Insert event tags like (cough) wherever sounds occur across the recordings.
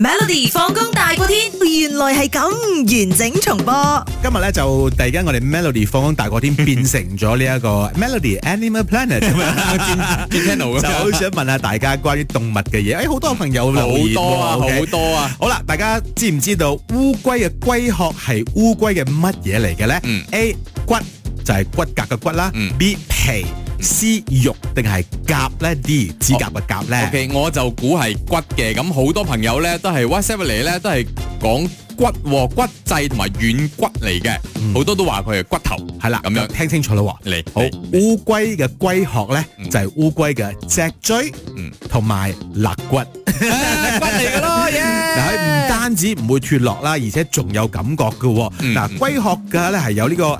Melody 放工大過天，原來係咁完整重播。今日咧就突然間我哋 Melody 放工大過天變成咗呢一個 Melody Animal (laughs) Planet 咁樣，變 channel 咁就好樣，想問下大家關於動物嘅嘢。哎誒，好多朋友留好言多啊，喎，OK 好 (laughs) 多啊，好啦，大家知唔知道烏龜嘅龜殼係烏龜嘅乜嘢嚟嘅呢嗯 a 骨就係骨骼嘅骨啦、嗯 b 皮，C 肉定係甲呢 d 指甲嘅甲呢 OK，我就估係骨嘅，咁好多朋友咧都係 WhatsApp 嚟咧都係講骨喎骨制同埋軟骨嚟嘅，嗯好多都話佢係骨頭係啦，咁樣就聽清楚啦喎。嚟。好， (laughs) 嚟烏龜嘅龜殼呢，嗯就係烏龜嘅脊椎嗯同埋肋骨。啊骨嚟 (laughs) 㗎咯，耶！嗱，佢唔單止唔會脱落啦，而且仲有感覺嘅喎。嗯嗱，嗯龜殼嘅咧係有呢個誒。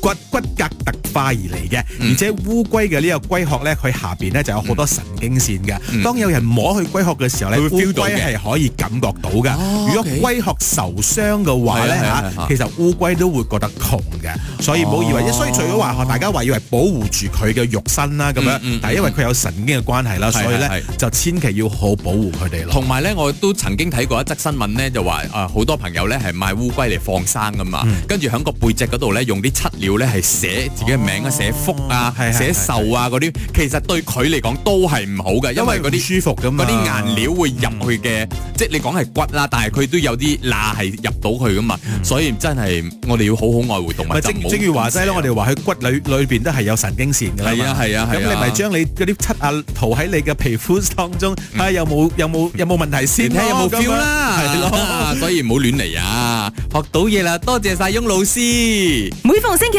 骨骨骼突化而嚟嘅，嗯而且烏龜嘅呢個龜殼咧，佢下邊咧就有好多神經線嘅。嗯當有人摸佢龜殼嘅時候咧，佢會烏 feel 到龜嘅係可以感覺到嘅。哦如果 OK 龜殼受傷嘅話咧係啊嚇係啊係啊，其實烏龜都會覺得窮嘅，所以唔好以為，哦所以除咗話大家話以為保護住佢嘅肉身啦咁樣嗯嗯，但係因為佢有神經嘅關係啦，係所以係咧係就千祈要好保護佢哋咯。同埋咧，我都曾經睇過一則新聞咧，就話啊好多朋友咧係買烏龜嚟放生噶嘛，嗯跟住喺個背脊嗰度咧用啲漆料咧係寫自己嘅名啊、寫福啊哦係係、寫壽啊嗰啲，其實對佢嚟講都係唔好嘅，因為嗰啲啊唔舒服咁嗰啲顏料會入去嘅，即係你講係骨啦，但係佢都有啲罅係入到去噶嘛，所以真係我哋要好好愛護動唔物，係就正唔好正如話齋咧，我哋話佢骨裏裏邊都係有神經線㗎啦嘛係啊係啊係啊咁你咪將你嗰啲漆啊塗喺你嘅皮膚當中，睇下有冇有冇有冇問題嗯你 (laughs) 先睇下有咯冇咁樣 feel (laughs) 啦，係咯。啊所以唔好亂嚟啊！ (laughs) 學到嘢啦，多謝晒翁老師。每逢星期